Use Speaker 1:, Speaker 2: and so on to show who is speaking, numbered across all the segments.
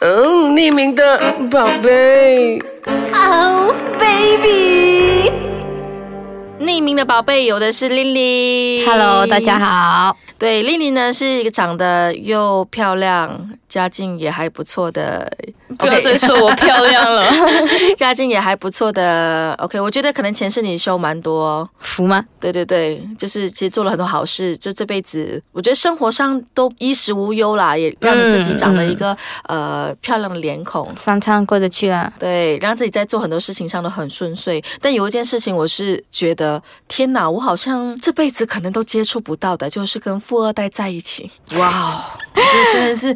Speaker 1: 嗯，匿名的宝贝。
Speaker 2: Oh baby，
Speaker 3: 匿名的宝贝有的是丽丽。
Speaker 4: Hello，大家。好。
Speaker 3: 对，丽丽呢是一个长得又漂亮，家境也还不错的。
Speaker 4: 不要再 说我漂亮了，
Speaker 3: 家境也还不错的。OK，我觉得可能前世你修蛮多哦、
Speaker 4: 服吗？
Speaker 3: 对对对，就是其实做了很多好事，就这辈子我觉得生活上都衣食无忧啦，也让你自
Speaker 4: 嗯
Speaker 3: 己长了一个、呃漂亮的脸孔。
Speaker 4: 三餐过得去了。
Speaker 3: 对，让自己在做很多事情上都很顺遂。但有一件事情，我是觉得，天哪，我好像这辈子可能都接触不到的，就是跟富二代在一起。哇哦，我觉得真的是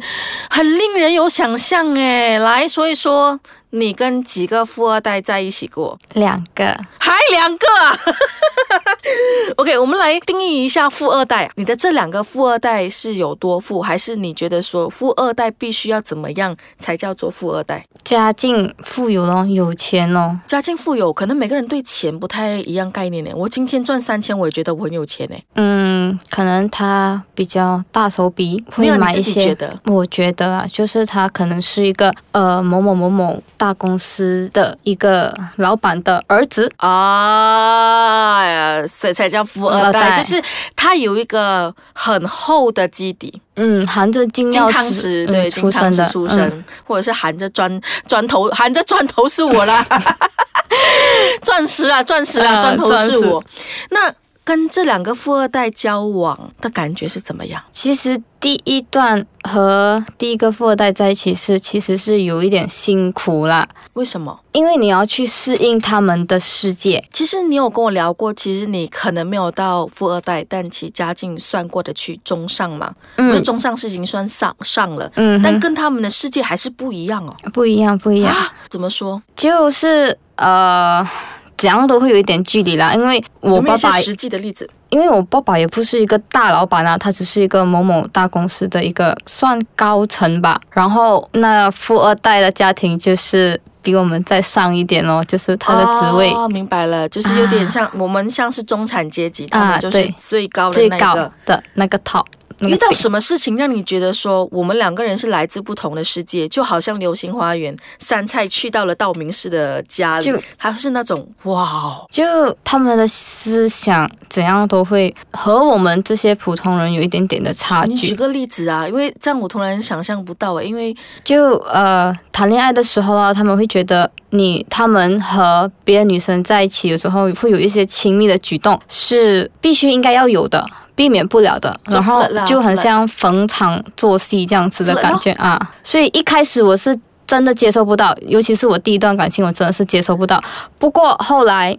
Speaker 3: 很令人有想象哎。来说一说，你跟几个富二代在一起过？
Speaker 4: 两个
Speaker 3: 还两个啊 ？OK，我们来定义一下富二代。啊你的这两个富二代是有多富，还是你觉得说富二代必须要怎么样才叫做富二代？
Speaker 4: 家境富有咯，有钱咯。
Speaker 3: 家境富有，可能每个人对钱不太一样概念呢。我今天赚三千，我也觉得我很有钱呢。
Speaker 4: 嗯，可能他比较大手笔，
Speaker 3: 没
Speaker 4: 会
Speaker 3: 有
Speaker 4: 买
Speaker 3: 你
Speaker 4: 一
Speaker 3: 自己觉
Speaker 4: 些。
Speaker 3: 得，
Speaker 4: 我觉得啊，就是他可能是一个呃某某某某大公司的一个老板的儿子，
Speaker 3: 啊，呀所以才叫富二
Speaker 4: 富二
Speaker 3: 代，
Speaker 4: 代
Speaker 3: 就是他有一个很厚的基底，
Speaker 4: 嗯，含着金
Speaker 3: 金
Speaker 4: 钥
Speaker 3: 汤
Speaker 4: 匙
Speaker 3: 匙，对，
Speaker 4: 嗯
Speaker 3: 金
Speaker 4: 出
Speaker 3: 汤
Speaker 4: 生的
Speaker 3: 匙出生，
Speaker 4: 嗯
Speaker 3: 或者是含着砖砖头，含着砖头是我 啦，钻石啊，钻石啊，
Speaker 4: 啊
Speaker 3: 砖头
Speaker 4: 钻
Speaker 3: 是
Speaker 4: 石
Speaker 3: 我。那跟这两个富二代交往的感觉是怎么样？
Speaker 4: 其实第一段和第一个富二代在一起是，其实是有一点辛苦啦，
Speaker 3: 为什么？
Speaker 4: 因为你要去适应他们的世界。
Speaker 3: 其实你有跟我聊过，其实你可能没有到富二代，但其实家境算过得去中上嘛，不是
Speaker 4: 嗯
Speaker 3: 中上是已经算上上了，
Speaker 4: 嗯
Speaker 3: 但
Speaker 4: 哼，
Speaker 3: 跟他们的世界还是不一样哦。
Speaker 4: 不一样，不一样，
Speaker 3: 啊，怎么说？
Speaker 4: 就是呃，怎样都会有一点距离啦。因为我
Speaker 3: 有没
Speaker 4: 爸
Speaker 3: 有一些
Speaker 4: 爸，
Speaker 3: 实际的例子？
Speaker 4: 因为我爸爸也不是一个大老板啊，他只是一个某某大公司的一个算高层吧。然后那富二代的家庭就是比我们再上一点咯，就是他的职位啊
Speaker 3: 哦，明白了，就是有点像、我们像是中产阶级，他们就是
Speaker 4: 对
Speaker 3: 最高的
Speaker 4: 最
Speaker 3: 那
Speaker 4: 高
Speaker 3: 个。
Speaker 4: 的那个套。那个
Speaker 3: 遇到
Speaker 4: 饼
Speaker 3: 什么事情让你觉得说我们两个人是来自不同的世界？就好像《流星花园》，杉菜去到了道明寺的家里
Speaker 4: 就，
Speaker 3: 他是那种哇哦，
Speaker 4: 就他们的思想怎样都会和我们这些普通人有一点点的差
Speaker 3: 你举
Speaker 4: 距。
Speaker 3: 个例子啊，因为这样我突然想象不到诶，欸因为
Speaker 4: 就呃，谈恋爱的时候啊，他们会觉得你他们和别的女生在一起，有时候会有一些亲密的举动是必须应该要有的。避免不了的，
Speaker 3: 就
Speaker 4: 然后
Speaker 3: flirt 啦
Speaker 4: 就很
Speaker 3: flirt
Speaker 4: 像逢场作戏这样子的
Speaker 3: flirt
Speaker 4: 感觉啊，所以一开始我是真的接受不到，尤其是我第一段感情，我真的是接受不到。不过后来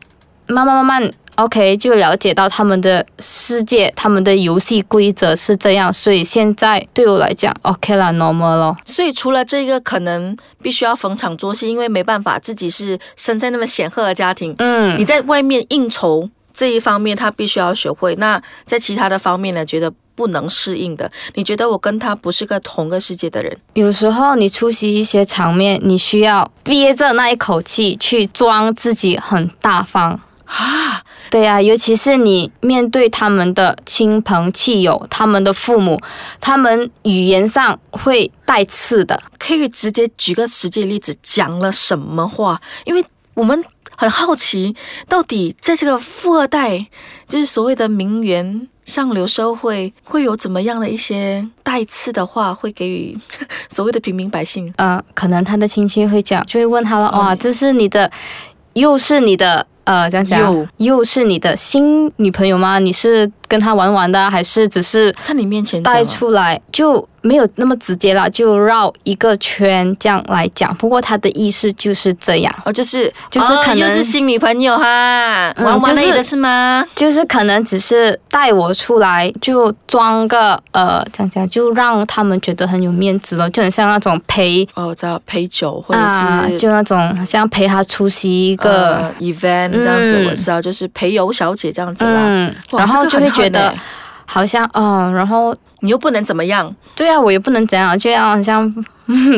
Speaker 4: 慢慢慢慢，OK，就了解到他们的世界，他们的游戏规则是这样，所以现在对我来讲，OK 啦，normal 咯。
Speaker 3: 所以除了这个，可能必须要逢场作戏，因为没办法，自己是生在那么显赫的家庭，你
Speaker 4: 嗯，
Speaker 3: 在外面应酬这一方面，他必须要学会。那在其他的方面呢，觉得不能适应的，你觉得我跟他不是个同个世界的人？
Speaker 4: 有时候你出席一些场面，你需要憋着那一口气去装自己很大方。
Speaker 3: 啊，
Speaker 4: 对呀、尤其是你面对他们的亲朋戚友、他们的父母，他们语言上会带刺的。
Speaker 3: 可以直接举个实际例子，讲了什么话？因为我们很好奇，到底在这个富二代，就是所谓的名媛上流社会，会有怎么样的一些带刺的话，会给予 所谓的平民百姓？
Speaker 4: 呃，可能他的亲戚会讲，就会问他了，
Speaker 3: 哦
Speaker 4: 哇，
Speaker 3: 你
Speaker 4: 这是你的，又是你的，呃，这样讲，
Speaker 3: 又
Speaker 4: 又是你的新女朋友吗？你是跟他玩玩的，啊还是只是
Speaker 3: 在你面前讲
Speaker 4: 带
Speaker 3: 啊
Speaker 4: 出来？就没有那么直接啦，就绕一个圈这样来讲。不过他的意思就是这样，
Speaker 3: 哦，就是
Speaker 4: 就是
Speaker 3: 哦
Speaker 4: 可能
Speaker 3: 又是新女朋友哈，
Speaker 4: 嗯
Speaker 3: 玩玩累
Speaker 4: 就
Speaker 3: 的
Speaker 4: 是
Speaker 3: 是吗？
Speaker 4: 就是可能只是带我出来，就装个呃，这样讲，就让他们觉得很有面子了，就很像那种陪。
Speaker 3: 哦，我知道陪酒或者是、
Speaker 4: 啊，就那种好像陪他出席一个、
Speaker 3: 呃 event 这样子，
Speaker 4: 嗯
Speaker 3: 我知道就是陪游小姐这样子啦。
Speaker 4: 嗯，
Speaker 3: 哇
Speaker 4: 然后
Speaker 3: 这
Speaker 4: 就
Speaker 3: 个很
Speaker 4: 会觉
Speaker 3: 狠
Speaker 4: 得
Speaker 3: 欸
Speaker 4: 好像哦，然后
Speaker 3: 你又不能怎么样，
Speaker 4: 对啊，我也不能怎样，就要好像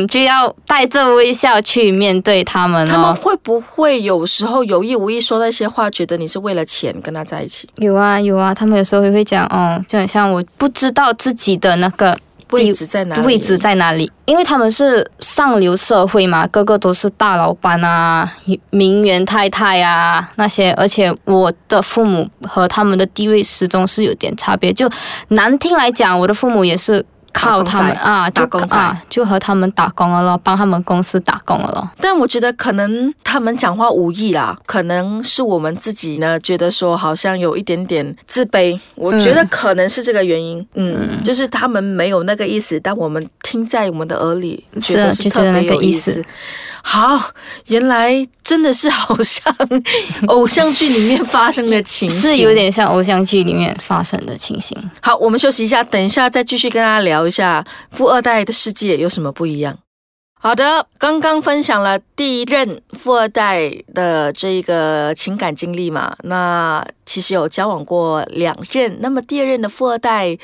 Speaker 4: 就要带着微笑去面对他们
Speaker 3: 他们
Speaker 4: 哦。
Speaker 3: 会不会有时候有意无意说那些话，觉得你是为了钱跟他在一起？
Speaker 4: 有啊有啊，他们有时候也会讲哦，就很像我不知道自己的那个
Speaker 3: 位
Speaker 4: 地
Speaker 3: 置在哪里？
Speaker 4: 位置在哪里？因为他们是上流社会嘛，个个都是大老板啊、名媛太太啊那些，而且我的父母和他们的地位始终是有点差别。就难听来讲，我的父母也是靠他们啊，
Speaker 3: 打
Speaker 4: 就
Speaker 3: 工仔
Speaker 4: 啊，就和他们打工了咯，帮他们公司打工了咯。
Speaker 3: 但我觉得可能他们讲话无意啦，可能是我们自己呢觉得说好像有一点点自卑，我觉
Speaker 4: 嗯
Speaker 3: 得可能是这个原因。嗯，就是他们没有那个意思，但我们听在我们的耳里，觉得是
Speaker 4: 就
Speaker 3: 特
Speaker 4: 觉得
Speaker 3: 别
Speaker 4: 那个
Speaker 3: 有意
Speaker 4: 意思
Speaker 3: 思。好，原来真的是好 像偶像剧里面发生的情形，
Speaker 4: 是有点像偶像剧里面发生的情形。
Speaker 3: 好。我们休息一下，等一下再继续跟大家聊一下富二代的世界有什么不一样。好的，刚刚分享了第一任富二代的这一个情感经历嘛，那其实有交往过两任，那么第二任的富二代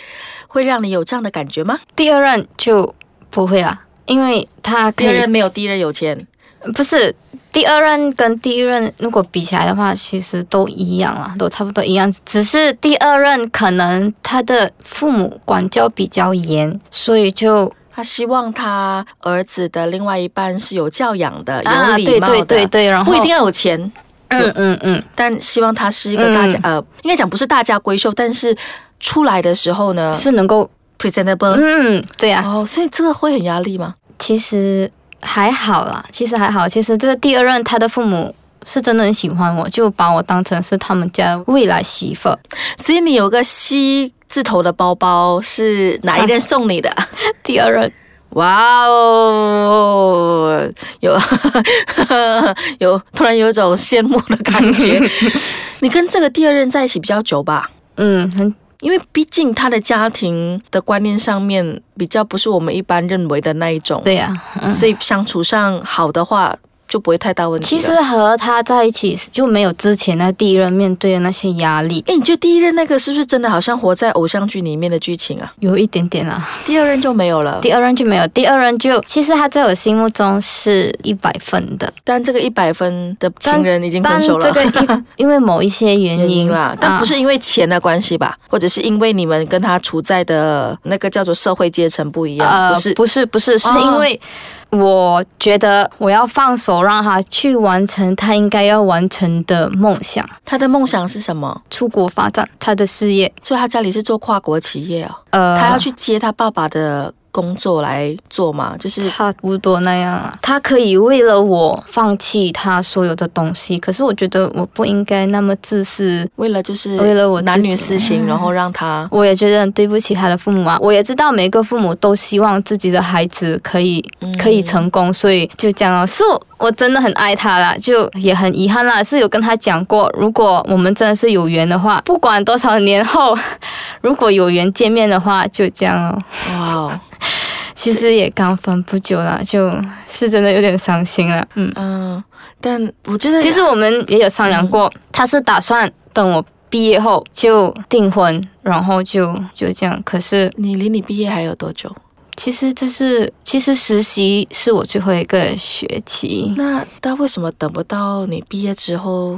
Speaker 3: 会让你有这样的感觉吗？
Speaker 4: 第二任就不会啦，因为他可
Speaker 3: 第二
Speaker 4: 以
Speaker 3: 任没有第一任有钱，
Speaker 4: 不是第二任跟第一任如果比起来的话，其实都一样啦，都差不多一样，只是第二任可能他的父母管教比较严，所以就
Speaker 3: 他希望他儿子的另外一半是有教养的、有
Speaker 4: 啊，
Speaker 3: 礼
Speaker 4: 对
Speaker 3: 貌的，
Speaker 4: 对对对，然后
Speaker 3: 不一定要有钱，
Speaker 4: 嗯嗯嗯，
Speaker 3: 但希望他是一个大家、呃，应该讲不是大家闺秀，但是出来的时候呢
Speaker 4: 是能够
Speaker 3: presentable、
Speaker 4: 嗯对啊，
Speaker 3: 哦，所以这个会很压力吗？
Speaker 4: 其实还好啦，其实还好，其实这个第二任他的父母。是真的很喜欢我，就把我当成是他们家未来媳妇。
Speaker 3: 所以你有个西字头的包包是哪一任 送你的？
Speaker 4: 第二任
Speaker 3: 哇哦，有 有，突然有一种羡慕的感 觉。你跟这个第二任在一起比较久吧？
Speaker 4: 嗯，很
Speaker 3: 因为毕竟他的家庭的观念上面比较不是我们一般认为的那一种，
Speaker 4: 对呀、嗯，
Speaker 3: 所以相处上好的话就不会太大问题啊
Speaker 4: 其
Speaker 3: 了。
Speaker 4: 实和他在一起就没有之前那第一任面对的那些压力，
Speaker 3: 哎，你觉得第一任那个是不是真的好像活在偶像剧里面的剧情啊？
Speaker 4: 有一点点啦。
Speaker 3: 第二任就没有了，
Speaker 4: 第二任就没有，第二任就其实他在我心目中是一百分的，
Speaker 3: 但这个一百分的情人已经分
Speaker 4: 但
Speaker 3: 手了。
Speaker 4: 这个 一因为某一些原
Speaker 3: 原因
Speaker 4: 因
Speaker 3: 啦，但不
Speaker 4: 啊
Speaker 3: 是因为钱的关系吧，或者是因为你们跟他处在的那个叫做社会阶层不一样，
Speaker 4: 呃
Speaker 3: 不是？
Speaker 4: 不是不是，是
Speaker 3: 哦
Speaker 4: 因为我觉得我要放手让他去完成他应该要完成的梦想，
Speaker 3: 他的梦想是什么？
Speaker 4: 出国发展他的事业，
Speaker 3: 所以他家里是做跨国企业哦，
Speaker 4: 呃，
Speaker 3: 他要去接他爸爸的工作来做嘛，就是
Speaker 4: 差不多那样啊。他可以为了我放弃他所有的东西，可是我觉得我不应该那么自私。
Speaker 3: 为了就是
Speaker 4: 为了我自己
Speaker 3: 男女私情，然后让他
Speaker 4: 我也觉得很对不起他的父母啊！我也知道每个父母都希望自己的孩子可以、可以成功，所以就这样了。是我我真的很爱他啦，就也很遗憾啦，是有跟他讲过，如果我们真的是有缘的话，不管多少年后， 如果有缘见面的话，就这样咯。
Speaker 3: 哇哦，
Speaker 4: 其实也刚分不久啦，就是真的有点伤心了，嗯。
Speaker 3: 嗯，但我觉得
Speaker 4: 其实我们也有商量过，
Speaker 3: 嗯
Speaker 4: 他是打算等我毕业后就订婚，然后就就这样。可是
Speaker 3: 你离你毕业还有多久？
Speaker 4: 其实这是其实实习是我最后一个学期，
Speaker 3: 那他为什么等不到你毕业之后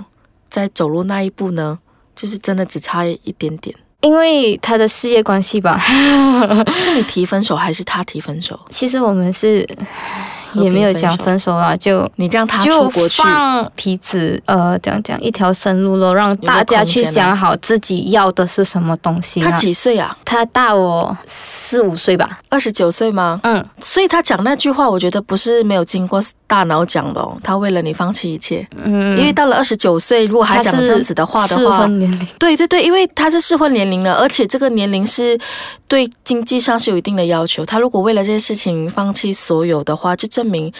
Speaker 3: 再走路那一步呢？就是真的只差一点点。
Speaker 4: 因为他的事业关系吧。
Speaker 3: 是你提分手还是他提分手？
Speaker 4: 其实我们是
Speaker 3: 平
Speaker 4: 也没有讲
Speaker 3: 分手
Speaker 4: 分手啦，就。
Speaker 3: 你让他
Speaker 4: 就
Speaker 3: 出国去，
Speaker 4: 放皮子，呃，讲讲一条生路咯，让大家去
Speaker 3: 空间啊
Speaker 4: 想好自己要的是什么东西啦。
Speaker 3: 他几岁啊？
Speaker 4: 他大我四五岁吧，
Speaker 3: 二十九岁吗？
Speaker 4: 嗯，
Speaker 3: 所以他讲那句话，我觉得不是没有经过大脑讲的、哦，他为了你放弃一切。
Speaker 4: 嗯，
Speaker 3: 因为到了二十九岁，如果还讲这样子的话的
Speaker 4: 适
Speaker 3: 话，
Speaker 4: 婚年龄
Speaker 3: 对对对，因为他是适婚年龄了，而且这个年龄是对经济上是有一定的要求。他如果为了这些事情放弃所有的话，就证明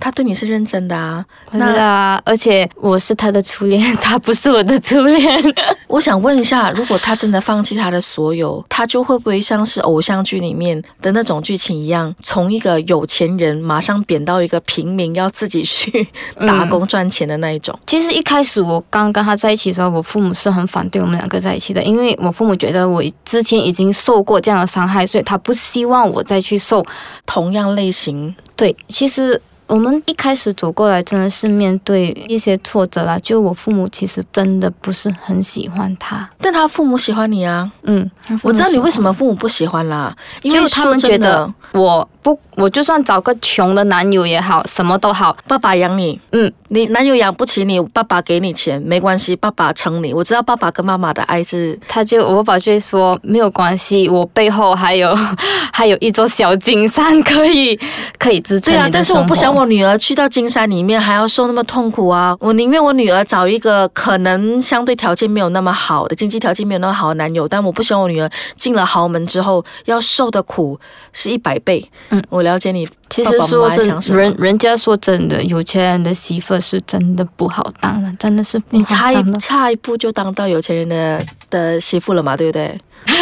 Speaker 3: 他对你是认真的啊。
Speaker 4: 我知道啊，而且我是他的初恋， 他不是我的初恋。
Speaker 3: 我想问一下，如果他真的放弃他的所有，他就会不会像是偶像剧里面的那种剧情一样，从一个有钱人马上贬到一个平民，要自己去 打工赚钱的那一种？
Speaker 4: 嗯其实一开始我刚跟他在一起的时候，我父母是很反对我们两个在一起的，因为我父母觉得我之前已经受过这样的伤害，所以他不希望我再去受。
Speaker 3: 同样类型，
Speaker 4: 对，其实我们一开始走过来，真的是面对一些挫折啦。就我父母其实真的不是很喜欢他，
Speaker 3: 但他父母喜欢你啊，
Speaker 4: 嗯，
Speaker 3: 我知道你为什么父母不喜欢啦，因为
Speaker 4: 就他们
Speaker 3: 说
Speaker 4: 觉
Speaker 3: 真的
Speaker 4: 得我不，我就算找个穷的男友也好，什么都好，
Speaker 3: 爸爸养你，
Speaker 4: 嗯，
Speaker 3: 你男友养不起你，爸爸给你钱没关系，爸爸撑你。我知道爸爸跟妈妈的爱是
Speaker 4: 他就我爸爸就会说没有关系，我背后还有 还有一座小金山可以 可以支撑
Speaker 3: 对啊
Speaker 4: 你，的
Speaker 3: 但是
Speaker 4: 生活。
Speaker 3: 我不想我女儿去到金山里面还要受那么痛苦啊！我宁愿我女儿找一个可能相对条件没有那么好的、经济条件没有那么好的男友，但我不希望我女儿进了豪门之后要受的苦是一百倍。
Speaker 4: 嗯，
Speaker 3: 我了解你。
Speaker 4: 其实
Speaker 3: 爸爸妈
Speaker 4: 说
Speaker 3: 妈在想什
Speaker 4: 真，
Speaker 3: 么
Speaker 4: 人人家说真的，有钱人的媳妇是真的不好当的，真的是不
Speaker 3: 你
Speaker 4: 好
Speaker 3: 差
Speaker 4: 当的
Speaker 3: 一差一步就当到有钱人的的媳妇了嘛，对不对？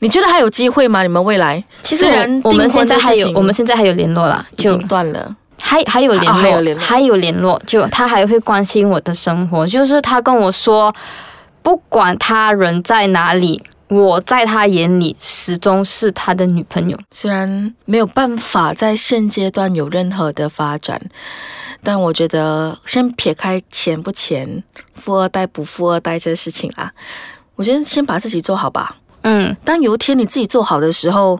Speaker 3: 你觉得还有机会吗？你们未来
Speaker 4: 其实
Speaker 3: 虽然
Speaker 4: 我我们
Speaker 3: 订
Speaker 4: 现
Speaker 3: 婚
Speaker 4: 在
Speaker 3: 的
Speaker 4: 还
Speaker 3: 事
Speaker 4: 有
Speaker 3: 情
Speaker 4: 我们现在还有联络啦，
Speaker 3: 已
Speaker 4: 就
Speaker 3: 经断了，
Speaker 4: 还还有联络，
Speaker 3: 啊还有联络
Speaker 4: 还有联络就他还会关心我的生活，就是他跟我说，不管他人在哪里，我在他眼里始终是他的女朋友。
Speaker 3: 虽然没有办法在现阶段有任何的发展，但我觉得先撇开钱不钱、富二代不富二代这事情啦，我觉得先把自己做好吧。
Speaker 4: 嗯，
Speaker 3: 当有一天你自己做好的时候，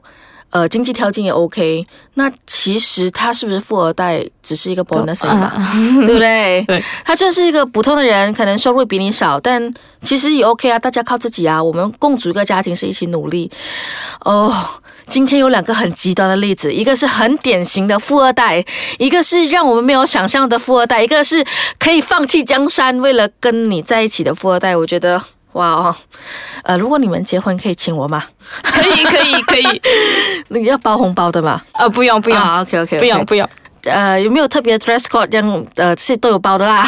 Speaker 3: 呃，经济条件也 OK，那其实他是不是富二代只是一个 bonus 而已嘛， 对不对？
Speaker 4: 对，
Speaker 3: 他就是一个普通的人，可能收入比你少，但其实也 OK 啊，大家靠自己啊，我们共组一个家庭是一起努力。哦，今天有两个很极端的例子，一个是很典型的富二代，一个是让我们没有想象的富二代，一个是可以放弃江山为了跟你在一起的富二代。我觉得，哇哦，呃，如果你们结婚可以请我吗？
Speaker 4: 可以可以可以，
Speaker 3: 你要包红包的吗？
Speaker 4: 呃，不用不用、
Speaker 3: 啊，OK OK，
Speaker 4: 不用不用，
Speaker 3: 呃，有没有特别 dress code 这样？呃，这些都有包的啦。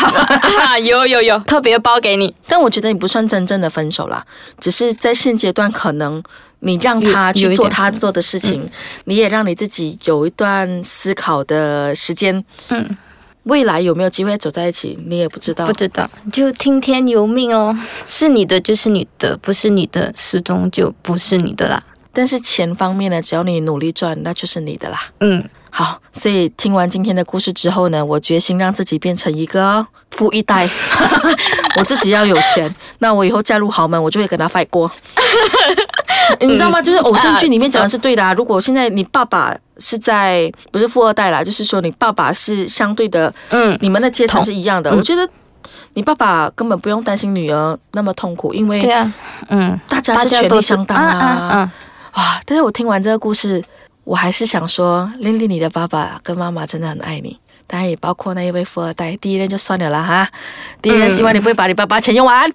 Speaker 4: 啊，有有有，特别包给你，
Speaker 3: 但我觉得你不算真正的分手啦，只是在现阶段可能你让他
Speaker 4: 有有
Speaker 3: 去
Speaker 4: 一
Speaker 3: 做
Speaker 4: 点嗯
Speaker 3: 他做的事情，你也让你自己有一段思考的时间。
Speaker 4: 嗯，
Speaker 3: 未来有没有机会走在一起，你也不知道。
Speaker 4: 不知道，就听天由命哦，是你的就是你的，不是你的始终就不是你的啦。
Speaker 3: 但是钱方面呢，只要你努力赚，那就是你的啦。
Speaker 4: 嗯，
Speaker 3: 好，所以听完今天的故事之后呢，我决心让自己变成一个富一 代，我自己要有钱。那我以后嫁入豪门，我就会跟他 fight 过。你知道吗？就是偶像剧里面讲的是对的、嗯啊。如果现在你爸爸是在不是富二代啦，就是说你爸爸是相对的，
Speaker 4: 嗯
Speaker 3: 你们的阶层是一样的。
Speaker 4: 同嗯
Speaker 3: 我觉得你爸爸根本不用担心女儿那么痛苦，因为
Speaker 4: 对啊，嗯，
Speaker 3: 大家是权力相当啊
Speaker 4: 嗯嗯嗯。
Speaker 3: 哇！啊但是我听完这个故事，我还是想说，琳琳，你的爸爸跟妈妈真的很爱你，当然也包括那一位富二代。第一任就算了啦哈，第一任
Speaker 4: 嗯
Speaker 3: 希望你不会把 你爸爸钱用完。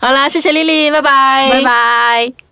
Speaker 3: 好啦，谢谢琳琳，拜拜，
Speaker 4: 拜拜。